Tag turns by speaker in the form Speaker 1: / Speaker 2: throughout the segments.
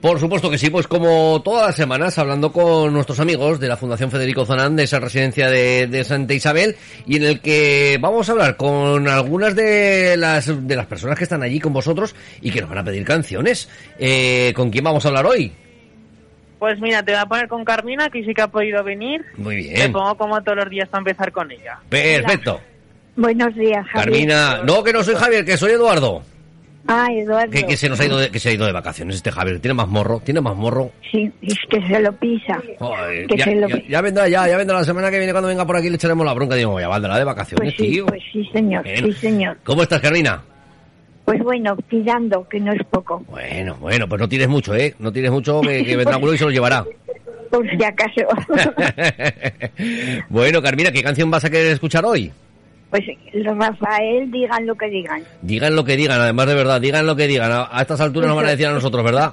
Speaker 1: Por supuesto que sí, pues como todas las semanas hablando con nuestros amigos de la Fundación Federico Zonán de esa residencia de, de, Santa Isabel y en el que vamos a hablar con algunas de las, de las personas que están allí con vosotros y que nos van a pedir canciones. Eh, ¿Con quién vamos a hablar hoy?
Speaker 2: Pues mira, te voy a poner con Carmina, que sí que ha podido venir.
Speaker 1: Muy bien.
Speaker 2: Te pongo como todos los días a empezar con ella.
Speaker 1: Perfecto. Hola.
Speaker 3: Buenos días, Javier.
Speaker 1: Carmina, no que no soy Javier, que soy Eduardo.
Speaker 3: Ah, Eduardo.
Speaker 1: Que, que se nos ha ido de, que se ha ido de vacaciones este Javier. Tiene más morro, tiene más morro.
Speaker 3: Sí, es que se lo pisa.
Speaker 1: Joder,
Speaker 3: que
Speaker 1: ya,
Speaker 3: se lo
Speaker 1: ya, ya vendrá, ya, ya vendrá la semana que viene cuando venga por aquí le echaremos la bronca y digo, ya valdrá de vacaciones,
Speaker 3: pues sí,
Speaker 1: tío.
Speaker 3: Pues sí, señor,
Speaker 1: Bien.
Speaker 3: sí, señor.
Speaker 1: ¿Cómo estás, Carmina?
Speaker 3: Pues bueno, tirando, que no es poco.
Speaker 1: Bueno, bueno, pues no tienes mucho, ¿eh? No tienes mucho, que, que vendrá uno y se lo llevará.
Speaker 3: Por si acaso.
Speaker 1: bueno, Carmina, ¿qué canción vas a querer escuchar hoy?
Speaker 3: Pues Rafael, digan lo que digan.
Speaker 1: Digan lo que digan, además de verdad, digan lo que digan. A estas alturas nos van a decir a nosotros, ¿verdad?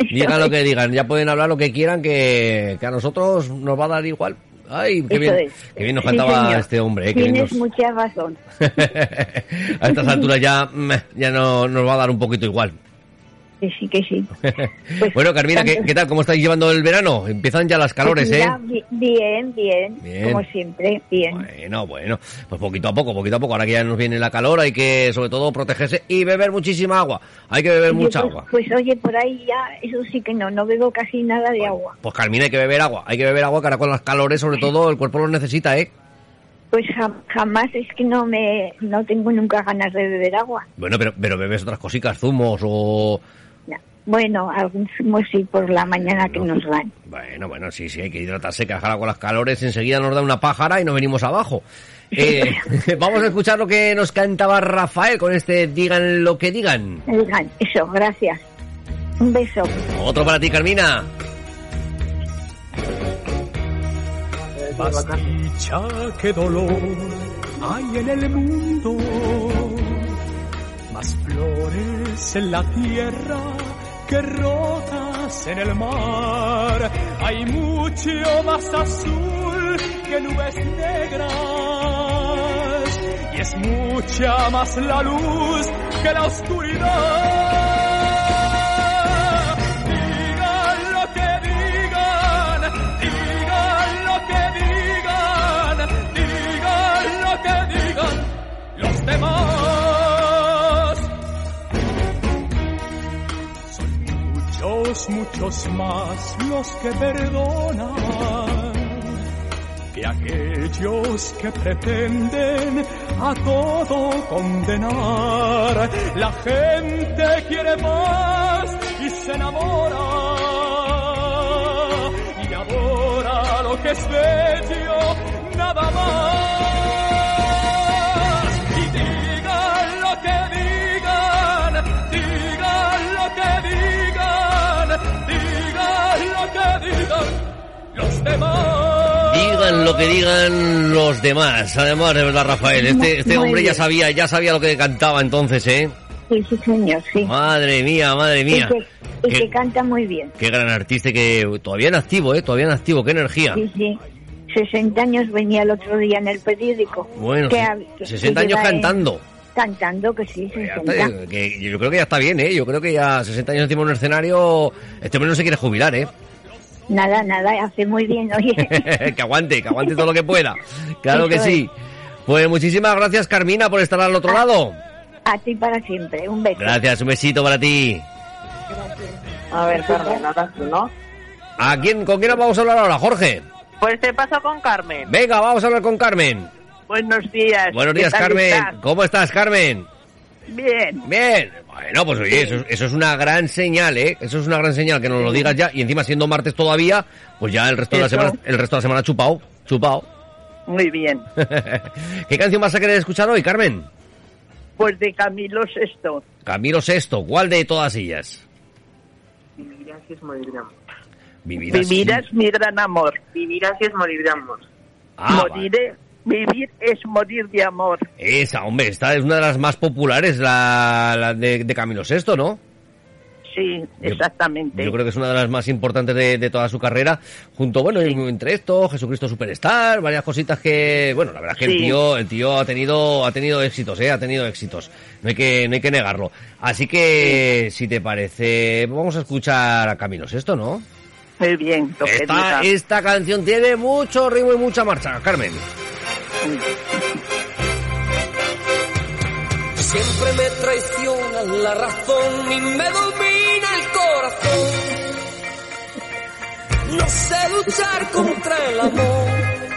Speaker 1: digan lo que digan, ya pueden hablar lo que quieran, que, que a nosotros nos va a dar igual. Ay, qué, bien, qué bien, nos cantaba
Speaker 3: sí,
Speaker 1: este hombre. Eh, qué
Speaker 3: Tienes
Speaker 1: bien nos...
Speaker 3: mucha razón.
Speaker 1: a estas alturas ya, ya no, nos va a dar un poquito igual.
Speaker 3: Que sí, que sí. Pues,
Speaker 1: bueno, Carmina, ¿qué, ¿qué, tal? ¿Cómo estáis llevando el verano? Empiezan ya las calores,
Speaker 3: pues
Speaker 1: mira,
Speaker 3: ¿eh? Bien, bien,
Speaker 1: Bien.
Speaker 3: como siempre, bien.
Speaker 1: Bueno, bueno. Pues poquito a poco, poquito a poco. Ahora que ya nos viene la calor, hay que, sobre todo, protegerse y beber muchísima agua. Hay que beber
Speaker 3: Oye,
Speaker 1: mucha
Speaker 3: pues,
Speaker 1: agua.
Speaker 3: Pues oye, por ahí ya, eso sí que no, no bebo casi nada de agua.
Speaker 1: Pues Carmina, hay que beber agua. Hay que beber agua, que ahora con las calores, sobre todo, el cuerpo los necesita, ¿eh?
Speaker 3: Pues jam- jamás es que no me, no tengo nunca ganas de beber agua.
Speaker 1: Bueno, pero, pero bebes otras cositas, zumos o...
Speaker 3: No. Bueno, algún zumo sí por la mañana que nos dan.
Speaker 1: Bueno, bueno, sí, sí, hay que hidratarse, que ahora con las calores enseguida nos da una pájara y nos venimos abajo. Eh, vamos a escuchar lo que nos cantaba Rafael con este Digan lo que digan.
Speaker 3: Digan, eso, gracias. Un beso.
Speaker 1: Otro para ti, Carmina.
Speaker 4: Más dicha que dolor hay en el mundo, más flores en la tierra que rotas en el mar. Hay mucho más azul que nubes negras y es mucha más la luz que la oscuridad. Digan lo que digan, digan lo que digan, digan lo que digan los demás. Son muchos, muchos más los que perdonan que aquellos que pretenden a todo condenar. La gente quiere más y se enamora. Y ahora lo que es bello, nada más. Y digan lo que digan, digan lo que digan, digan lo que digan los demás.
Speaker 1: Digan lo que digan los demás. Además, de verdad, Rafael, este, este
Speaker 3: Muy
Speaker 1: hombre ya
Speaker 3: bien.
Speaker 1: sabía, ya sabía lo que cantaba entonces, ¿eh?
Speaker 3: Sí, sí, señor, sí.
Speaker 1: Madre mía, madre
Speaker 3: Y
Speaker 1: mía.
Speaker 3: que, y
Speaker 1: Qué-
Speaker 3: que canta muy bien.
Speaker 1: Qué gran artista y que todavía en activo, ¿eh? Todavía en activo, qué energía.
Speaker 3: Sí, sí. 60 años venía el otro día en el periódico.
Speaker 1: Bueno,
Speaker 3: Que
Speaker 1: se-
Speaker 3: hab- que-
Speaker 1: 60
Speaker 3: que
Speaker 1: años
Speaker 3: lleva, eh,
Speaker 1: cantando. Pues
Speaker 3: Cantando, que sí,
Speaker 1: Ya
Speaker 3: 60.
Speaker 1: está, que yo creo que ya está bien, ¿eh? Yo creo que ya 60 años encima de un escenario, este hombre no se quiere jubilar, ¿eh?
Speaker 3: Nada, nada, hace muy bien, oye.
Speaker 1: que aguante, que aguante todo lo que pueda. Claro que
Speaker 3: Eso
Speaker 1: sí. Pues muchísimas gracias, Carmina, por estar al otro lado.
Speaker 3: A ti para siempre, un beso.
Speaker 1: Gracias, un besito para ti.
Speaker 2: A ver, Carmen, ahora tú, ¿no?
Speaker 1: ¿A quién, con quién vamos a hablar ahora, Jorge?
Speaker 2: Pues te paso con Carmen.
Speaker 1: Venga, vamos a hablar con Carmen.
Speaker 2: Buenos días.
Speaker 1: Buenos
Speaker 2: ¿Qué
Speaker 1: días,
Speaker 2: tal
Speaker 1: Carmen.
Speaker 2: estás?
Speaker 1: ¿Cómo estás, Carmen?
Speaker 2: Bien.
Speaker 1: Bien. Bueno, pues oye, eso, eso es una gran señal, ¿eh? Eso es una gran señal, que nos lo digas ya. Y encima, siendo martes todavía, pues ya el resto de la
Speaker 2: Eso.
Speaker 1: semana, el resto de la semana chupao, chupao.
Speaker 2: Muy bien.
Speaker 1: ¿Qué canción vas a querer escuchar hoy, Carmen?
Speaker 2: Pues de Camilo Sexto.
Speaker 1: Camilo Sexto, ¿cuál de todas ellas? Vivir así.
Speaker 5: Vivir es mi gran amor.
Speaker 6: Vivir así es morir de amor.
Speaker 1: Ah, vale.
Speaker 5: Moriré. Vivir es morir de amor.
Speaker 1: Esa, hombre, esta es una de las más populares, la, la de, de Camilo VI, ¿no?
Speaker 5: Sí,
Speaker 1: Yo-
Speaker 5: exactamente.
Speaker 1: Yo creo que es una de las más importantes de, de toda su carrera. Junto, bueno, entre esto, Jesucristo Superstar, varias cositas que, bueno, la verdad es que el
Speaker 5: Sí.
Speaker 1: tío, el tío ha tenido, ha tenido éxitos, eh, ha tenido éxitos. No hay que, no hay que negarlo. Así que, si te parece, vamos a escuchar a Caminos esto, ¿no?
Speaker 5: Muy bien, lo que diga.
Speaker 1: Esta, esta canción tiene mucho ritmo y mucha marcha, Carmen.
Speaker 7: Siempre me traiciona la razón y me domina el corazón. No sé luchar contra el amor.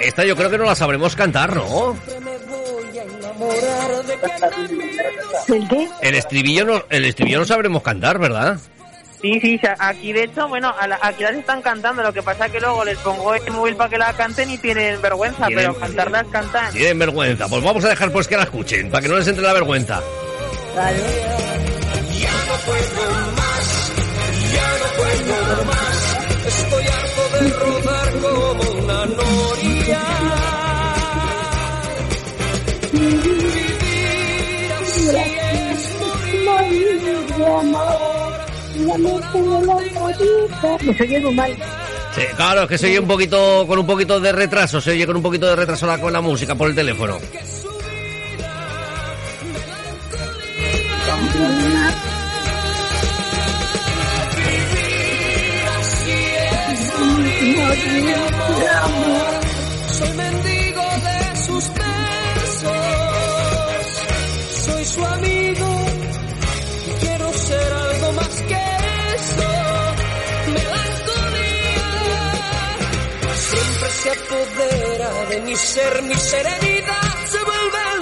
Speaker 1: Esta yo creo que no la sabremos cantar, ¿no?
Speaker 7: Siempre me voy a enamorar de quien a mí no-
Speaker 3: ¿El qué?
Speaker 1: El estribillo no, el estribillo no sabremos cantar, ¿verdad?
Speaker 2: Sí, sí, ya- aquí de hecho, bueno, a la- aquí las están cantando, lo que pasa que luego les pongo el móvil para que la canten y tienen vergüenza,
Speaker 1: Tienen-
Speaker 2: pero cantarlas cantan.
Speaker 1: Tienen vergüenza. Pues vamos a dejar pues que la escuchen, para que no les entre la vergüenza.
Speaker 7: Estoy harto de rodar como una noria.
Speaker 3: Me soy muy mal.
Speaker 1: Sí, claro, es que se oye un poquito, con un poquito de retraso, se oye con un poquito de retraso la, con la música por el teléfono.
Speaker 7: Soy mendigo de sus besos. Soy su amigo. Y quiero ser algo más que eso. Melancolía. Siempre se apodera de mi ser, mi serenidad se vuelve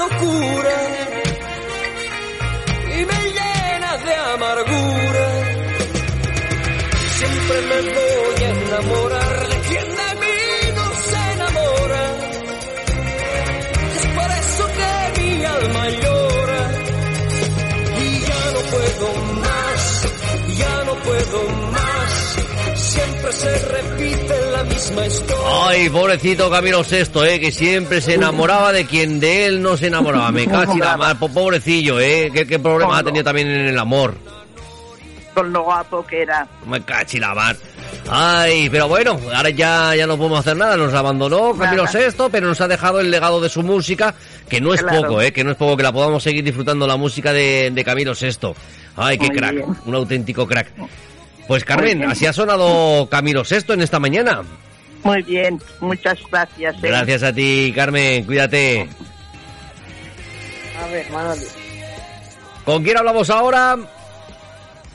Speaker 7: locura. Y me llena de amargura. Siempre me voy a enamorar de quien de mí no se enamora. Es por eso que mi alma llora. Y ya no puedo más, ya no puedo más. Siempre se repite la misma historia.
Speaker 1: Ay, pobrecito Camilo Sexto, eh, que siempre se enamoraba de quien de él no se enamoraba. Me casi la mal, po- pobrecillo, eh, qué, qué problemas ha tenido también en el amor.
Speaker 5: Con lo guapo que era.
Speaker 1: Me cachi la mar. Ay, pero bueno, ahora ya, ya no podemos hacer nada. Nos abandonó Camilo
Speaker 5: Nada.
Speaker 1: VI, pero nos ha dejado el legado de su música, que no es
Speaker 5: Claro.
Speaker 1: poco, ¿eh? que no es poco que la podamos seguir disfrutando la música de, de Camilo VI. Ay, qué
Speaker 5: Muy
Speaker 1: crack,
Speaker 5: bien.
Speaker 1: un auténtico crack. Pues Carmen, así ha sonado Camilo VI en esta mañana.
Speaker 5: Muy bien, muchas gracias. ¿eh?
Speaker 1: Gracias a ti, Carmen, cuídate.
Speaker 2: A ver, Manoli.
Speaker 1: ¿Con quién hablamos ahora?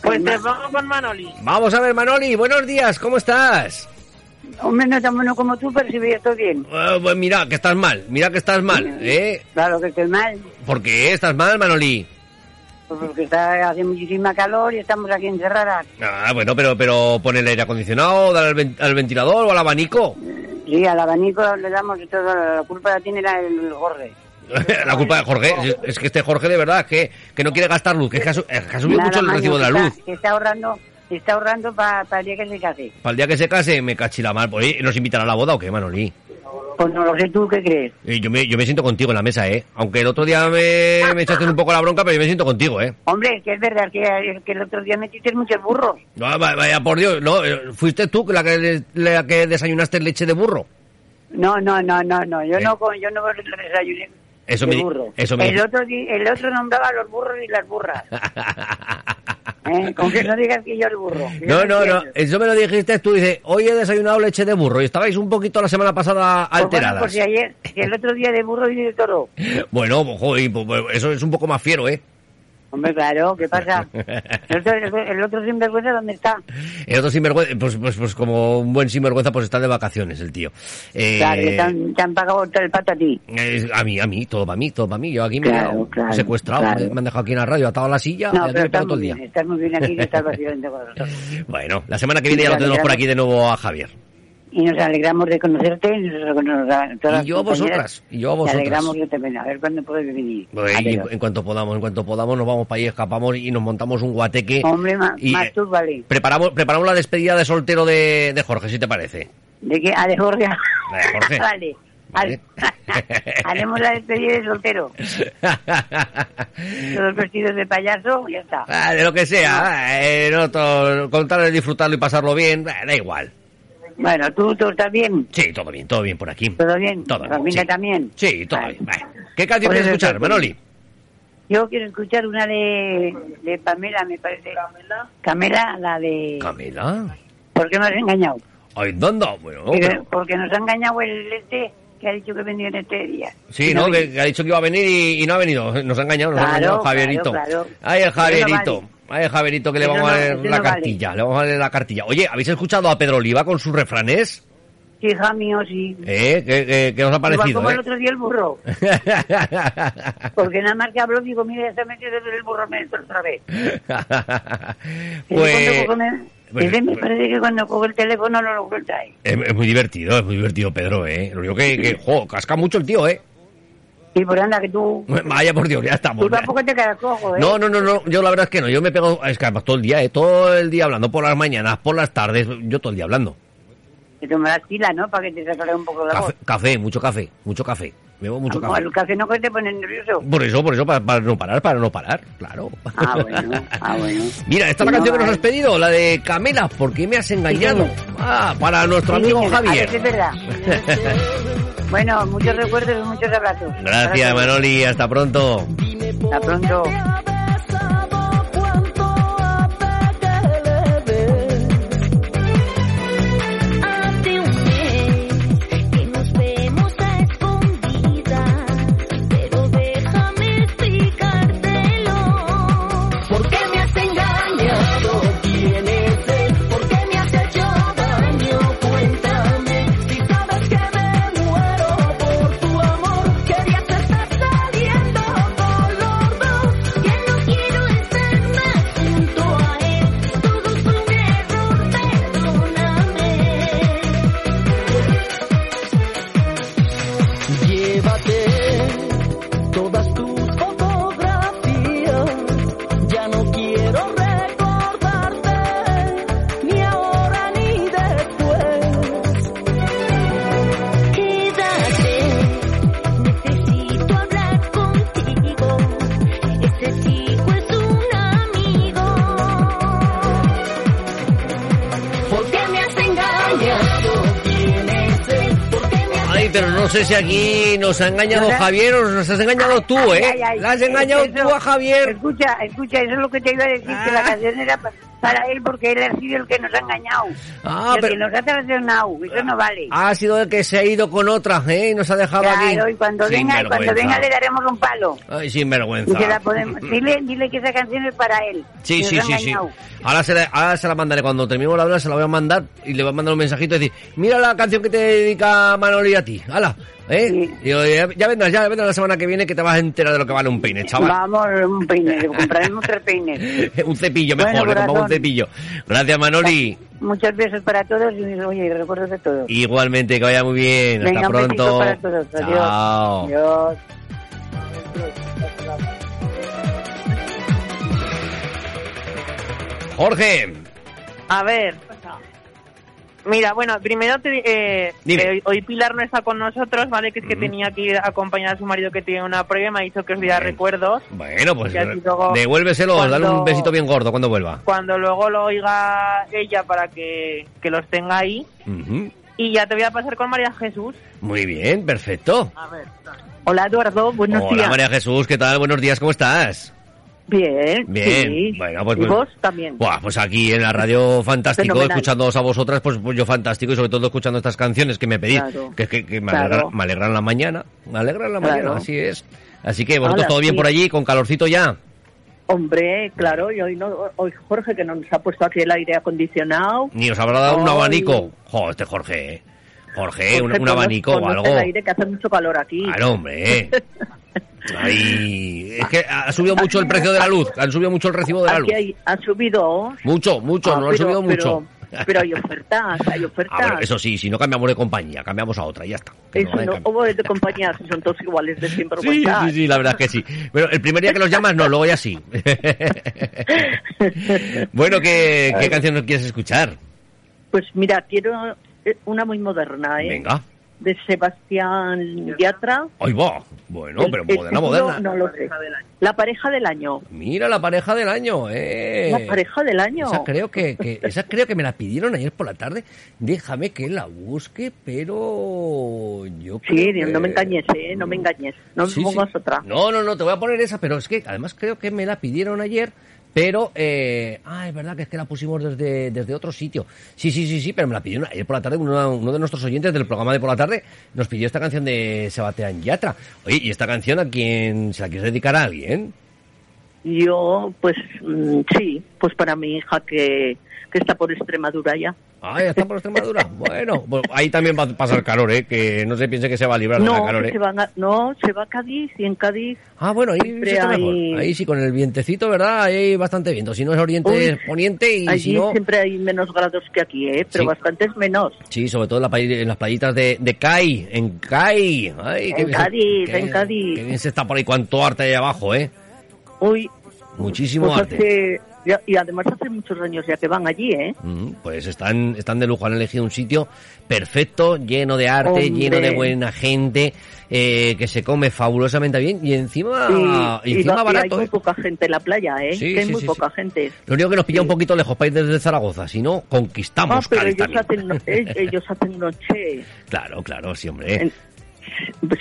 Speaker 2: Pues te pongo con Manoli.
Speaker 1: Vamos a ver, Manoli, buenos días, ¿cómo estás?
Speaker 8: Hombre, no tan bueno como tú, pero sí yo estoy bien.
Speaker 1: Eh, pues mira, que estás mal, mira que estás mal, ¿eh?
Speaker 8: Claro que estoy mal,
Speaker 1: ¿Por qué estás mal, Manoli?
Speaker 8: pues porque está, hace muchísima calor y estamos aquí encerradas.
Speaker 1: Ah, bueno, pero, pero pon el aire acondicionado, dale al, ven- al ventilador o al abanico.
Speaker 8: Sí, al abanico le damos todo, la culpa la tiene la- el gorre.
Speaker 1: la culpa de Jorge. Es, es que este Jorge de verdad que, que no quiere gastar luz, que es que ha, su- es que ha subido
Speaker 8: Nada
Speaker 1: mucho el
Speaker 8: más,
Speaker 1: recibo de la
Speaker 8: está-
Speaker 1: luz.
Speaker 8: que está ahorrando, está ahorrando para el día que se case.
Speaker 1: Para el día que se case, me cachila mal. Pues, oye, ¿Nos invitará a la boda o qué, Manolí?
Speaker 8: Pues no lo sé tú, ¿qué crees?
Speaker 1: Eh, Yo me, yo me siento contigo en la mesa, ¿eh? Aunque el otro día me, me echaste un poco la bronca, pero yo me siento contigo, ¿eh?
Speaker 8: Hombre, que es verdad que, que el otro día metiste muchos burros.
Speaker 1: No, va- vaya, por Dios, no, eh, fuiste tú la que, des- la que desayunaste leche de burro.
Speaker 8: No, no, no, no, no, yo
Speaker 1: Eh.
Speaker 8: no, co- yo no desayuné.
Speaker 1: Eso
Speaker 8: de
Speaker 1: me di-
Speaker 8: burro.
Speaker 1: eso me di-
Speaker 8: el, otro, di- el otro nombraba a los burros y las burras. ¿eh? Con que no digas que yo el burro. que yo Pues
Speaker 1: No, no, no, eh,
Speaker 8: entiendo.
Speaker 1: eso me lo dijiste tú, dice, hoy he desayunado leche de burro y estabais un poquito la semana pasada
Speaker 8: Pues bueno,
Speaker 1: alteradas.
Speaker 8: pues si ayer, si el otro día de burro y de toro.
Speaker 1: Bueno, pues, joder, pues, pues, eso es un poco más fiero, ¿eh?
Speaker 8: Hombre, claro, ¿qué pasa? El otro, el otro- el otro sinvergüenza, ¿dónde está?
Speaker 1: El otro sinvergüenza, pues, pues, pues como un buen sinvergüenza, pues está de vacaciones el tío. Eh,
Speaker 8: Claro, que te han, te han pagado el pato a ti.
Speaker 1: eh, a mí, a mí, todo para mí, todo para mí. Yo aquí me
Speaker 8: Claro,
Speaker 1: he quedado
Speaker 8: claro,
Speaker 1: secuestrado,
Speaker 8: claro.
Speaker 1: me- me han dejado aquí en la radio, atado a la silla, y
Speaker 8: No,
Speaker 1: aquí
Speaker 8: pero
Speaker 1: me pego
Speaker 8: estás
Speaker 1: todo
Speaker 8: muy
Speaker 1: el día.
Speaker 8: bien, estás muy bien aquí, que estás vacío de nosotros.
Speaker 1: Bueno, la semana que viene ya lo
Speaker 8: Claro,
Speaker 1: tenemos por
Speaker 8: claro.
Speaker 1: aquí de nuevo a Javier.
Speaker 8: y nos alegramos de conocerte y nos, nos, nos- todas
Speaker 1: Y yo a
Speaker 8: las compañeras,
Speaker 1: vosotras, y yo a
Speaker 8: te
Speaker 1: vosotras.
Speaker 8: alegramos yo también. A ver cuándo puedes venir.
Speaker 1: Bueno, Pues, y
Speaker 8: Adiós.
Speaker 1: en cuanto podamos, en cuanto podamos, nos vamos para allí, escapamos y nos montamos un guateque.
Speaker 8: Hombre, ma-
Speaker 1: y,
Speaker 8: más
Speaker 1: eh,
Speaker 8: tú, vale.
Speaker 1: Preparamos, preparamos la despedida de soltero de, de Jorge, si te parece.
Speaker 8: ¿De qué? Ah, de Jorge.
Speaker 1: La de Jorge.
Speaker 8: vale.
Speaker 1: Vale.
Speaker 8: Hare- Haremos la despedida de soltero. Todos vestidos de payaso, ya está.
Speaker 1: Ah, de lo que sea, eh, no, to- con tal de disfrutarlo y pasarlo bien, bah, da igual.
Speaker 8: Bueno, tú, tú también.
Speaker 1: Sí, todo bien, todo bien por aquí.
Speaker 8: ¿Todo bien?
Speaker 1: Todo bien,
Speaker 8: ¿Familia
Speaker 1: sí.
Speaker 8: también?
Speaker 1: Sí, todo
Speaker 8: Vale.
Speaker 1: bien. vale. ¿Qué canción
Speaker 8: Pues
Speaker 1: quieres
Speaker 8: eso es
Speaker 1: escuchar,
Speaker 8: todo.
Speaker 1: Manoli?
Speaker 8: Yo quiero escuchar una de, de Pamela, me parece. ¿Camela? Camela, la de...
Speaker 1: Camila.
Speaker 8: ¿Por qué nos ha engañado?
Speaker 1: Ay, ¿dónde? Bueno,
Speaker 8: Porque-
Speaker 1: Oh, pero-
Speaker 8: Porque nos ha engañado el este que ha dicho que venía en este día.
Speaker 1: Sí,
Speaker 8: Y
Speaker 1: ¿no?
Speaker 8: viene.
Speaker 1: Que, que ha dicho que iba a venir y, y no ha venido. Nos ha engañado, nos ha
Speaker 8: Claro,
Speaker 1: engañado Javierito.
Speaker 8: claro, claro.
Speaker 1: Ahí el
Speaker 8: Eso no
Speaker 1: Javierito.
Speaker 8: vale.
Speaker 1: Ahí el Javierito que le
Speaker 8: Eso
Speaker 1: vamos a
Speaker 8: no,
Speaker 1: leer
Speaker 8: eso
Speaker 1: la
Speaker 8: no vale.
Speaker 1: cartilla. Le vamos a leer la cartilla. Oye, ¿habéis escuchado a Pedro Oliva con sus refranes?
Speaker 8: Sí, hija mío, sí.
Speaker 1: ¿Eh? ¿Qué, qué- qué os ha
Speaker 8: Igual
Speaker 1: parecido?
Speaker 8: Pues como el
Speaker 1: eh?
Speaker 8: otro día el burro. Porque nada más que habló, digo, mira, ya se ha metido el burro maestro otra vez. Ese
Speaker 1: pues...
Speaker 8: cuando coge-
Speaker 1: pues-
Speaker 8: ese me parece que cuando coge el teléfono no lo suelta. ¿eh?
Speaker 1: Es, es muy divertido, es muy divertido, Pedro, ¿eh? Lo único que, que, jo, casca mucho el tío, ¿eh?
Speaker 8: Y por anda que tú...
Speaker 1: Vaya por Dios, ya estamos.
Speaker 8: Tú tampoco te quedas cojo, ¿eh?
Speaker 1: No, no, no, no, yo la verdad es que no, yo me pego, es que además todo el día, ¿eh? Todo el día hablando, por las mañanas, por las tardes, yo todo el día hablando.
Speaker 8: Te tomarás tila, ¿no? Para que te sacara un poco la voz.
Speaker 1: Café, café, mucho café, mucho café. Bebo mucho
Speaker 8: Vamos,
Speaker 1: café.
Speaker 8: al café no que te pone nervioso.
Speaker 1: Por eso, por eso, para, para no parar, para no parar, claro.
Speaker 8: Ah, bueno, ah, bueno.
Speaker 1: Mira, esta es la
Speaker 8: No,
Speaker 1: canción que nos has
Speaker 8: vale.
Speaker 1: pedido, la de Camela, ¿por qué me has engañado? Ah, para nuestro
Speaker 8: Sí,
Speaker 1: amigo
Speaker 8: señora, a ver
Speaker 1: Javier.
Speaker 8: si es verdad. bueno, muchos recuerdos y muchos abrazos.
Speaker 1: Gracias, Manoli, hasta pronto.
Speaker 8: Hasta pronto.
Speaker 6: Ante un mes que nos vemos a escondidas, pero déjame explicártelo. ¿Por qué me has engañado? ¿Quién es él? ¿Por qué me has hecho daño? Cuéntame, si sabes que me muero por tu amor, quería estar saliendo con los dos. Ya no quiero estar más junto a él, todo fue un error, perdóname.
Speaker 7: Llévate todas tus fotografías. Ya no quiero recordarte, ni ahora ni después.
Speaker 6: Quédate, necesito hablar contigo. Este chico es un amigo. ¿Por qué me has engañado? ¿Quién es él? ¿Por qué me has
Speaker 1: Ay, pero no sé si aquí nos ha engañado
Speaker 8: Hola.
Speaker 1: Javier o nos has engañado tú,
Speaker 8: Ay,
Speaker 1: ¿eh?
Speaker 8: ay, ay.
Speaker 1: La has engañado
Speaker 8: Eso-
Speaker 1: tú a Javier.
Speaker 8: Escucha, escucha, eso es lo que te iba a decir, que la
Speaker 1: Ah.
Speaker 8: canción era pa- para él porque él ha sido el que nos ha engañado.
Speaker 1: Ah,
Speaker 8: el
Speaker 1: pero-
Speaker 8: que nos ha traicionado, eso no vale.
Speaker 1: Ha sido el que se ha ido con otra, ¿eh? Y nos ha dejado
Speaker 8: claro,
Speaker 1: aquí.
Speaker 8: y cuando
Speaker 1: Sin
Speaker 8: venga, y cuando
Speaker 1: vergüenza.
Speaker 8: venga le daremos un palo.
Speaker 1: Ay, sin vergüenza.
Speaker 8: Y se la podemos. Dile, dile que esa canción es para él.
Speaker 1: Sí,
Speaker 8: que nos
Speaker 1: sí,
Speaker 8: ha
Speaker 1: sí, sí.
Speaker 8: engañado.
Speaker 1: Ahora se, la, ahora se la mandaré. Cuando terminemos la hora se la voy a mandar y le voy a mandar un mensajito y decir, mira la canción que te dedica Manoli a ti. Hala, ¿eh?
Speaker 8: Sí.
Speaker 1: Y yo, ya, ya vendrás, ya vendrás la semana que viene que te vas a enterar de lo que vale un peine, chaval.
Speaker 8: Vamos, un peine, le compraremos tres peines.
Speaker 1: un cepillo mejor,
Speaker 8: Bueno,
Speaker 1: le compramos un
Speaker 8: corazón.
Speaker 1: cepillo. Gracias, Manoli.
Speaker 8: Muchos besos para todos y oye, recuerdos de todos.
Speaker 1: Igualmente, que vaya muy bien. Hasta
Speaker 8: Venga, un besito
Speaker 1: pronto.
Speaker 8: para todos. Adiós.
Speaker 1: Chao.
Speaker 8: Adiós.
Speaker 1: Jorge,
Speaker 2: A ver. Mira, bueno, primero te, di- eh,
Speaker 1: Dime.
Speaker 2: eh, hoy Pilar no está con nosotros, ¿vale? Que es que
Speaker 1: Mm.
Speaker 2: tenía que ir a acompañar a su marido que tiene una prueba y me ha dicho que os diera
Speaker 1: Bien.
Speaker 2: recuerdos.
Speaker 1: bueno, pues
Speaker 2: Y así luego,
Speaker 1: devuélveselo, dale un
Speaker 2: cuando-
Speaker 1: besito bien gordo cuando vuelva.
Speaker 2: Cuando luego lo oiga ella para que, que los tenga ahí.
Speaker 1: Ujú.
Speaker 2: Y ya te voy a pasar con María Jesús.
Speaker 1: Muy bien, perfecto.
Speaker 2: A ver. Hola, Eduardo. Buenos
Speaker 1: Hola
Speaker 2: días.
Speaker 1: María Jesús, ¿qué tal? Buenos días, ¿cómo estás?
Speaker 2: Bien.
Speaker 1: Bien,
Speaker 2: sí.
Speaker 1: bueno, pues-
Speaker 2: Y vos también.
Speaker 1: Buah, pues aquí en la radio fantástico,
Speaker 2: Fenomenal.
Speaker 1: escuchándoos a vosotras, pues, pues yo fantástico y sobre todo escuchando estas canciones que me pedís,
Speaker 2: Claro.
Speaker 1: que, que- que me,
Speaker 2: Claro.
Speaker 1: alegran, me alegran la mañana, me alegran la
Speaker 2: Claro.
Speaker 1: mañana, así es. Así que vosotros
Speaker 2: Ahora
Speaker 1: todo bien
Speaker 2: sí.
Speaker 1: por allí, con calorcito ya.
Speaker 2: Hombre, claro, y hoy, no, hoy Jorge que no nos ha puesto aquí el aire acondicionado.
Speaker 1: Ni os habrá dado un
Speaker 2: Ay.
Speaker 1: abanico. Jo, este Jorge, ¿eh? Jorge, un,
Speaker 2: Jorge,
Speaker 1: un
Speaker 2: conoce-
Speaker 1: abanico o
Speaker 2: conoce
Speaker 1: algo.
Speaker 2: El aire que hace mucho calor aquí.
Speaker 1: Claro, hombre. ¿eh? Ay, es que ha subido mucho el precio de la luz, han subido mucho el recibo de la luz.
Speaker 2: Aquí hay- ha subido.
Speaker 1: Mucho, mucho,
Speaker 2: Ah,
Speaker 1: no lo han
Speaker 2: pero-
Speaker 1: subido mucho.
Speaker 2: pero-
Speaker 8: Pero hay ofertas, hay ofertas.
Speaker 1: Ah, bueno, eso sí, si no cambiamos de compañía, cambiamos a otra y ya está. Que no
Speaker 8: Eso
Speaker 1: hay
Speaker 8: no,
Speaker 1: cambio.
Speaker 8: hubo de compañía, si son todos iguales de siempre.
Speaker 1: Sí, sí, sí, la verdad es que sí. Pero el primer día que los llamas, no, luego ya sí. bueno, ¿qué, qué canción nos quieres escuchar?
Speaker 8: Pues mira, quiero eh, una muy moderna, ¿eh?
Speaker 1: Venga.
Speaker 8: De Sebastián Yatra.
Speaker 1: Ahí va. Bueno,
Speaker 8: El-
Speaker 1: pero
Speaker 8: el
Speaker 1: moderna,
Speaker 8: título
Speaker 1: moderna.
Speaker 8: Pues No lo sé. La pareja del año.
Speaker 1: Mira la pareja del año, eh.
Speaker 8: La pareja del año.
Speaker 1: Esa creo que, que- esa creo que me la pidieron ayer por la tarde. Déjame que la busque, pero yo
Speaker 8: Sí,
Speaker 1: creo
Speaker 8: no me
Speaker 1: que-
Speaker 8: engañes, ¿eh? No me engañes. No me
Speaker 1: Sí, sí.
Speaker 8: pongas otra.
Speaker 1: No, no, no, te voy a poner esa, pero es que además creo que me la pidieron ayer, pero... Eh, ah, es verdad que es que la pusimos desde, desde otro sitio. Sí, sí, sí, sí, pero me la pidieron ayer por la tarde. Uno, uno de nuestros oyentes del programa de por la tarde nos pidió esta canción de Sebastián Yatra. Oye, ¿y esta canción a quién se la quieres dedicar a alguien?
Speaker 8: Yo, pues mm, sí, pues para mi hija que, que está por Extremadura ya.
Speaker 1: Ah, ya está por Extremadura. Bueno, pues ahí también va a pasar calor, ¿eh? Que no se piense que se va a librar de la
Speaker 8: No,
Speaker 1: calor,
Speaker 8: que
Speaker 1: ¿eh?
Speaker 8: se van a- no, se va a Cádiz y en Cádiz
Speaker 1: Ah, bueno, ahí
Speaker 8: Siempre
Speaker 1: sí está
Speaker 8: hay-
Speaker 1: mejor. Ahí sí, con el vientecito, ¿verdad? Ahí hay bastante viento. Si no es oriente,
Speaker 8: Uy,
Speaker 1: es poniente y
Speaker 8: allí
Speaker 1: si no...
Speaker 8: siempre hay menos grados que aquí, ¿eh? Pero
Speaker 1: Sí.
Speaker 8: bastantes menos.
Speaker 1: Sí, sobre todo en, la play- en las playitas de, de Cai, en Cai. Ay, qué
Speaker 8: En
Speaker 1: bien-
Speaker 8: Cádiz,
Speaker 1: qué-
Speaker 8: en Cádiz.
Speaker 1: Qué bien se está por ahí, cuánto arte hay abajo, ¿eh?
Speaker 8: Uy,
Speaker 1: Muchísimo
Speaker 8: pues
Speaker 1: arte.
Speaker 8: hace- ya- y además hace muchos años ya que van allí, ¿eh?
Speaker 1: Mm, Pues están, están de lujo, han elegido un sitio perfecto, lleno de arte,
Speaker 8: Hombre.
Speaker 1: lleno de buena gente, eh, que se come fabulosamente bien y encima,
Speaker 8: y, y
Speaker 1: encima
Speaker 8: va- y hay
Speaker 1: barato.
Speaker 8: muy
Speaker 1: eh.
Speaker 8: poca gente en la playa, ¿eh?
Speaker 1: Sí,
Speaker 8: que hay
Speaker 1: sí,
Speaker 8: muy
Speaker 1: sí,
Speaker 8: poca gente.
Speaker 1: Lo único que nos pilla
Speaker 8: Sí.
Speaker 1: un poquito lejos para ir desde Zaragoza, si no,
Speaker 8: Ah,
Speaker 1: conquistamos
Speaker 8: pero
Speaker 1: Cádiz
Speaker 8: ellos
Speaker 1: también.
Speaker 8: hacen, no- eh, ellos hacen noche.
Speaker 1: Claro, claro, sí, hombre.
Speaker 8: En-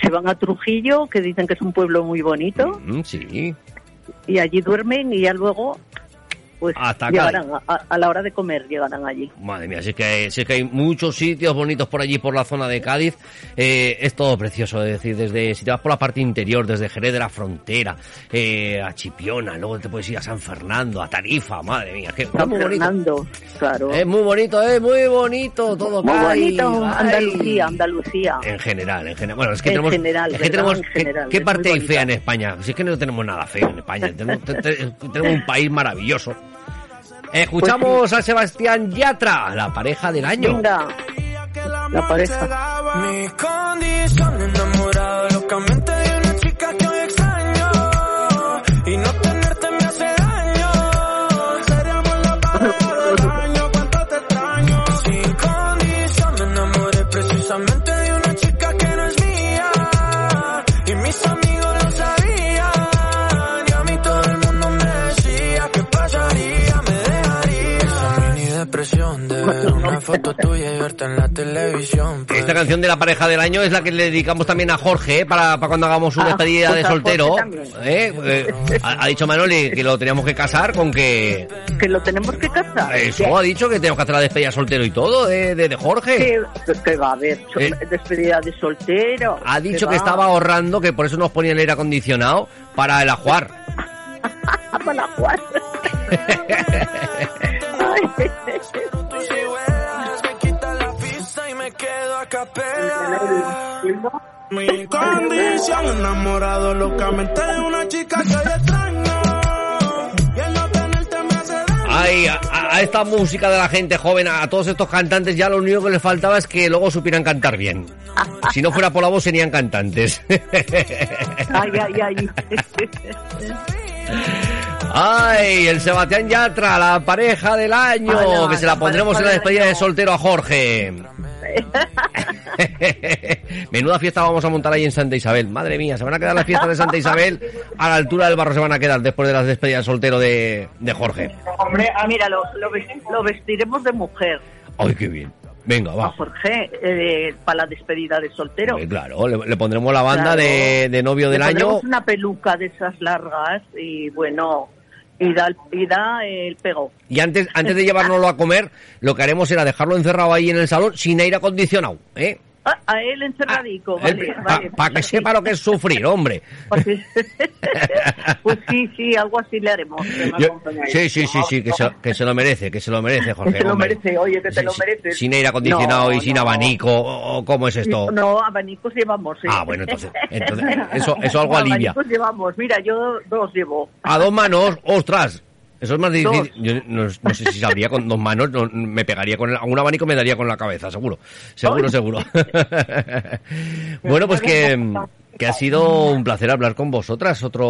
Speaker 8: Se van a Trujillo, que dicen que es un pueblo muy bonito,
Speaker 1: Mm, sí.
Speaker 8: y allí duermen y ya luego, pues,
Speaker 1: Hasta
Speaker 8: llegarán a, a la hora de comer, llegarán allí.
Speaker 1: Madre mía, si es, que hay, si es que hay muchos sitios bonitos por allí, por la zona de Cádiz. Eh, es todo precioso, es decir, desde si te vas por la parte interior, desde Jerez de la Frontera, eh, a Chipiona, luego te puedes ir a San Fernando, a Tarifa, madre mía, es que está
Speaker 8: San
Speaker 1: muy Ah, bonito. Eh,
Speaker 8: Fernando, claro.
Speaker 1: Es muy bonito, es muy bonito todo
Speaker 8: Muy
Speaker 1: Cádiz.
Speaker 8: bonito,
Speaker 1: Ay.
Speaker 8: Andalucía, Andalucía.
Speaker 1: En general, en general. Bueno, es que
Speaker 8: En
Speaker 1: tenemos.
Speaker 8: general,
Speaker 1: es que
Speaker 8: ¿verdad?
Speaker 1: tenemos
Speaker 8: En
Speaker 1: ¿qué-
Speaker 8: general,
Speaker 1: ¿Qué
Speaker 8: es
Speaker 1: parte
Speaker 8: muy
Speaker 1: hay
Speaker 8: bonita.
Speaker 1: fea en España? Si es que no tenemos nada feo en España. tenemos, te- te- tenemos un país maravilloso. Escuchamos a Sebastián Yatra, la pareja del año.
Speaker 8: Pues Venga, la pareja.
Speaker 7: Mi condición enamorado locamente de una chica que hoy extraño y no tenerte me hace daño. Seríamos la pareja del año, cuánto te extraño. Sin condición me enamoré precisamente de una chica que no es mía y mis amigos lo sabían y a mí todo el mundo me decía que pasaría, me dejaría. Esa mini depresión de ver una foto tuya y verte en la televisión. pues,
Speaker 1: Esta canción de la pareja del año es la que le dedicamos también a Jorge ¿eh? para, para cuando hagamos una
Speaker 8: Ah,
Speaker 1: despedida
Speaker 8: pues
Speaker 1: de
Speaker 8: a Jorge
Speaker 1: soltero.
Speaker 8: también.
Speaker 1: ¿eh? Eh, ha, ha dicho Manoli que lo teníamos que casar con que...
Speaker 8: Que lo tenemos que casar.
Speaker 1: Eso, ha dicho que tenemos que hacer la despedida soltero y todo de, de- de Jorge.
Speaker 8: Que, que va a haber so-
Speaker 1: Eh.
Speaker 8: despedida de soltero.
Speaker 1: Ha dicho
Speaker 8: va.
Speaker 1: que estaba ahorrando, que por eso nos ponía el aire acondicionado para el ajuar.
Speaker 8: Ah, para la Juan. Ay,
Speaker 7: Tú si vuelas, me quita la pista y me quedo a capela. Mi condición enamorado locamente de una chica que yo extraño. Y el no tenerte me hace daño.
Speaker 1: Ay, a, a esta música de la gente joven, a todos estos cantantes, ya lo único que les faltaba es que luego supieran cantar bien. Si no fuera por la voz, serían cantantes.
Speaker 8: ay, ay, ay.
Speaker 1: Ay, el Sebastián Yatra, la pareja del año,
Speaker 8: Hola,
Speaker 1: que se la
Speaker 8: Ah, la
Speaker 1: pondremos
Speaker 8: pareja
Speaker 1: en la
Speaker 8: del
Speaker 1: despedida de
Speaker 8: año.
Speaker 1: soltero a Jorge. Menuda fiesta vamos a montar ahí en Santa Isabel. Madre mía, se van a quedar las fiestas de Santa Isabel a la altura del barro se van a quedar después de las despedidas de soltero de, de Jorge.
Speaker 8: Hombre, ah, mira, lo, lo ves- lo vestiremos de mujer.
Speaker 1: Ay, qué bien. Venga,
Speaker 8: a
Speaker 1: va.
Speaker 8: Jorge, eh, para la despedida de soltero.
Speaker 1: Hombre, claro, le, le pondremos la banda
Speaker 8: Claro.
Speaker 1: de, de novio del
Speaker 8: Le
Speaker 1: año.
Speaker 8: pondremos una peluca de esas largas y bueno, y da, el- y da el pego.
Speaker 1: Y antes, antes de llevárnoslo a comer, lo que haremos será dejarlo encerrado ahí en el salón sin aire acondicionado, ¿eh?
Speaker 8: Ah, a él encerradico,
Speaker 1: Ah,
Speaker 8: vale,
Speaker 1: Para
Speaker 8: vale.
Speaker 1: que sepa lo que es sufrir, hombre.
Speaker 8: Pues sí. Pues sí, sí, algo así le haremos. que me
Speaker 1: Yo-
Speaker 8: acompañe.
Speaker 1: sí, sí, sí, sí, que se, que se lo merece, que se lo merece, Jorge.
Speaker 8: Que se lo
Speaker 1: hombre.
Speaker 8: merece, oye, que te
Speaker 1: Sí,
Speaker 8: lo
Speaker 1: sí,
Speaker 8: mereces.
Speaker 1: Sin aire acondicionado
Speaker 8: No,
Speaker 1: y sin
Speaker 8: no.
Speaker 1: abanico, o- o ¿cómo es esto?
Speaker 8: No, abanicos llevamos. ¿eh?
Speaker 1: Ah, bueno, entonces- entonces, eso- eso algo alivia.
Speaker 8: Abanicos llevamos, mira, yo dos llevo.
Speaker 1: A dos manos, ostras, Eso es más difícil. Yo no, no sé si sabría con dos manos, no, me pegaría con el- algún abanico y me daría con la cabeza, seguro. Seguro, seguro. bueno, pues que, que ha sido un placer hablar con vosotras otro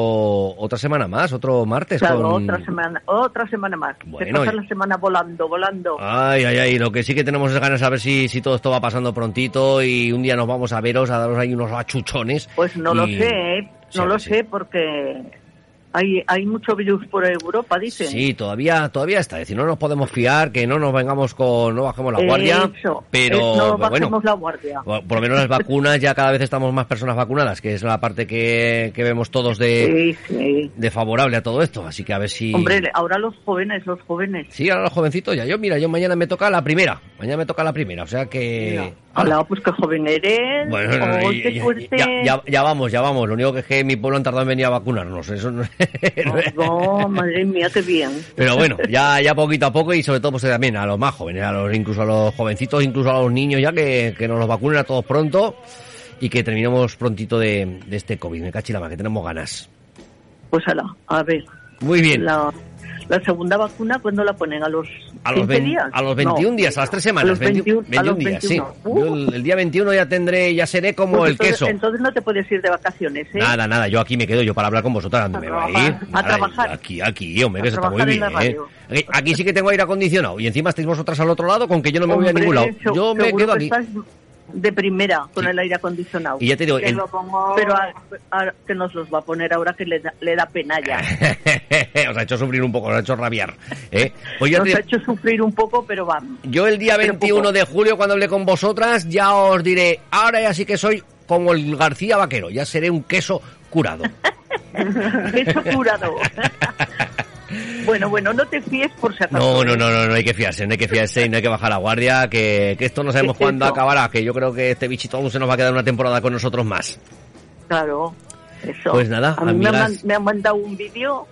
Speaker 1: otra semana más, otro martes.
Speaker 8: Claro,
Speaker 1: con-
Speaker 8: otra semana, otra semana más. Se
Speaker 1: Bueno,
Speaker 8: pasa
Speaker 1: y-
Speaker 8: la semana volando, volando.
Speaker 1: Ay, ay, ay, lo que sí que tenemos es ganas de saber si, si todo esto va pasando prontito y un día nos vamos a veros, a daros ahí unos achuchones.
Speaker 8: Pues no lo
Speaker 1: y-
Speaker 8: sé, ¿eh?
Speaker 1: Sí,
Speaker 8: no lo
Speaker 1: sí.
Speaker 8: sé porque hay, hay mucho virus por Europa, dicen.
Speaker 1: Sí, todavía, todavía está. Es decir, no nos podemos fiar, que no nos vengamos con, no bajemos la guardia,
Speaker 8: Eh, Eso,
Speaker 1: pero
Speaker 8: es, no
Speaker 1: pero
Speaker 8: bajemos
Speaker 1: bueno.
Speaker 8: la guardia.
Speaker 1: Por por lo menos las vacunas, ya cada vez estamos más personas vacunadas, que es la parte que, que vemos todos de,
Speaker 8: Sí, sí.
Speaker 1: de favorable a todo esto. Así que a ver si...
Speaker 8: Hombre, ahora los jóvenes, los jóvenes.
Speaker 1: Sí, ahora los jovencitos ya. Yo, mira, yo mañana me toca la primera. Mañana me toca la primera, o sea que...
Speaker 8: Hola, pues qué joven eres.
Speaker 1: Bueno, no,
Speaker 8: oh,
Speaker 1: y-
Speaker 8: qué
Speaker 1: y-
Speaker 8: fuerte.
Speaker 1: ya, ya- ya vamos, ya vamos. Lo único que es que en mi pueblo han tardado en venir a vacunarnos. Eso no-
Speaker 8: Oh, madre mía, qué bien.
Speaker 1: Pero bueno, ya, ya poquito a poco y sobre todo pues también a los más jóvenes, a los, incluso a los jovencitos, incluso a los niños ya que, que nos los vacunen a todos pronto y que terminemos prontito de, de este COVID. Me cachilama, que tenemos ganas.
Speaker 8: Pues ala, a ver,
Speaker 1: Muy bien.
Speaker 8: la, la segunda vacuna, ¿cuándo la ponen? ¿A los
Speaker 1: A los,
Speaker 8: 15
Speaker 1: vein-
Speaker 8: días?
Speaker 1: a los 21
Speaker 8: No.
Speaker 1: días, a las tres semanas.
Speaker 8: A los 21, a los
Speaker 1: días,
Speaker 8: 21.
Speaker 1: sí.
Speaker 8: Uh.
Speaker 1: Yo el, el día 21 ya tendré, ya seré como
Speaker 8: Pues
Speaker 1: el
Speaker 8: entonces-
Speaker 1: queso.
Speaker 8: Entonces no te puedes ir de vacaciones, ¿eh?
Speaker 1: Nada, nada, yo aquí me quedo yo para hablar con vosotras. ¿Dónde
Speaker 8: A
Speaker 1: me va a
Speaker 8: trabajar,
Speaker 1: ir?
Speaker 8: a
Speaker 1: Nada,
Speaker 8: trabajar.
Speaker 1: Aquí, aquí, hombre, que
Speaker 8: A
Speaker 1: se está muy
Speaker 8: trabajar en
Speaker 1: bien.
Speaker 8: la
Speaker 1: ¿eh?
Speaker 8: radio.
Speaker 1: Aquí- Aquí sí que tengo aire acondicionado y encima estáis vosotras al otro lado con que yo no me voy a
Speaker 8: Hombre,
Speaker 1: ningún lado.
Speaker 8: se-
Speaker 1: Yo me
Speaker 8: seguro
Speaker 1: quedo
Speaker 8: que
Speaker 1: aquí.
Speaker 8: estás de primera con
Speaker 1: Sí.
Speaker 8: el aire acondicionado.
Speaker 1: Y ya te digo,
Speaker 2: Te
Speaker 1: el-
Speaker 2: lo pongo...
Speaker 8: Pero a- a- que nos los va a poner ahora que le da, le da pena ya.
Speaker 1: os ha hecho sufrir un poco, os ha hecho rabiar. ¿eh? Pues yo,
Speaker 8: Nos
Speaker 1: te-
Speaker 8: ha hecho sufrir un poco, pero vamos.
Speaker 1: yo el día
Speaker 8: pero
Speaker 1: 21
Speaker 8: poco.
Speaker 1: de julio, cuando hablé con vosotras, ya os diré, ahora ya sí que soy como el García Vaquero, ya seré un queso curado.
Speaker 8: Eso curado. bueno, bueno, no te fíes por si acaso.
Speaker 1: No, no, no, no, no hay que fiarse, no hay que fiarse y no hay que bajar la guardia, que, que esto no sabemos
Speaker 8: ¿Qué es
Speaker 1: cuándo
Speaker 8: eso?
Speaker 1: acabará, que yo creo que este bichito aún se nos va a quedar una temporada con nosotros más.
Speaker 8: Claro, eso.
Speaker 1: Pues nada,
Speaker 8: a mí me, han,
Speaker 1: amigas.
Speaker 8: me han mandado un vídeo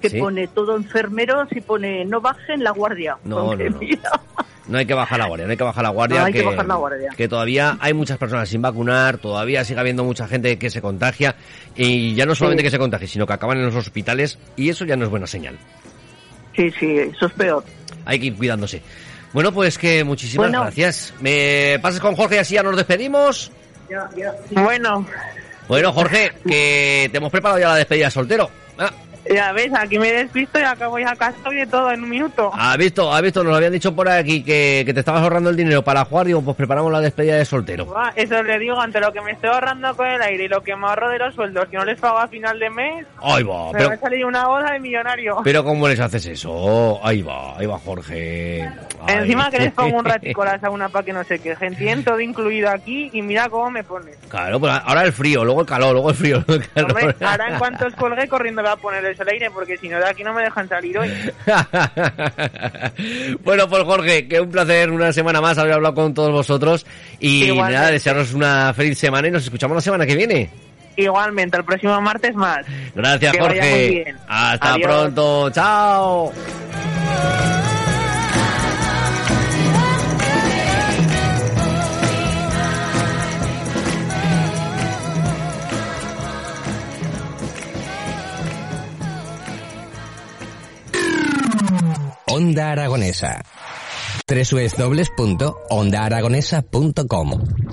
Speaker 8: que
Speaker 1: Sí.
Speaker 8: pone todo enfermeros y pone no bajen la guardia.
Speaker 1: No,
Speaker 8: Hombre,
Speaker 1: no, no.
Speaker 8: mira.
Speaker 1: No hay que bajar la guardia, no hay que bajar la guardia.
Speaker 8: No hay que bajar la guardia.
Speaker 1: que todavía hay muchas personas sin vacunar, todavía sigue habiendo mucha gente que se contagia y ya no solamente que se contagie, sino que acaban en los hospitales y eso ya no es buena señal.
Speaker 8: Sí, sí, eso es peor.
Speaker 1: Hay que ir cuidándose. Bueno, pues que muchísimas
Speaker 8: Bueno.
Speaker 1: gracias. Me pasas con Jorge y así ya nos despedimos.
Speaker 2: Bueno,
Speaker 1: Bueno, Jorge, que te hemos preparado ya la despedida de soltero. Ah,
Speaker 2: ya ves, aquí me despisto y acabo ya casi de todo en un minuto.
Speaker 1: ¿Has visto? ¿Has visto? Nos lo habían dicho por aquí que, que te estabas ahorrando el dinero para jugar. Digo, pues preparamos la despedida de soltero.
Speaker 2: Ah, Eso le digo, ante lo que me estoy ahorrando con el aire y lo que me ahorro de los sueldos que no les pago a final de mes,
Speaker 1: Ahí va,
Speaker 2: me va
Speaker 1: pero,
Speaker 2: a salir una boda de millonario.
Speaker 1: pero ¿cómo les haces eso? Ahí va, ahí va Jorge. Ay.
Speaker 2: Encima que les pongo un ratico a la sauna para que no se quejen. Tienen todo incluido aquí y mira cómo me pones.
Speaker 1: Claro, pues ahora el frío, luego el calor, luego el frío. Luego el calor.
Speaker 2: Hombre, ahora en cuanto os colgué corriendo voy a ponerles el aire porque si no de aquí no me dejan salir hoy.
Speaker 1: bueno, pues Jorge, que un placer una semana más haber hablado con todos vosotros. Y
Speaker 2: Igualmente.
Speaker 1: nada, desearos una feliz semana y nos escuchamos la semana que viene.
Speaker 2: Igualmente, el próximo martes más.
Speaker 1: Gracias,
Speaker 2: Que vaya muy
Speaker 1: Jorge.
Speaker 2: bien.
Speaker 1: Hasta
Speaker 2: Adiós.
Speaker 1: pronto. Chao.
Speaker 9: Onda Aragonesa. www.ondaaragonesa.com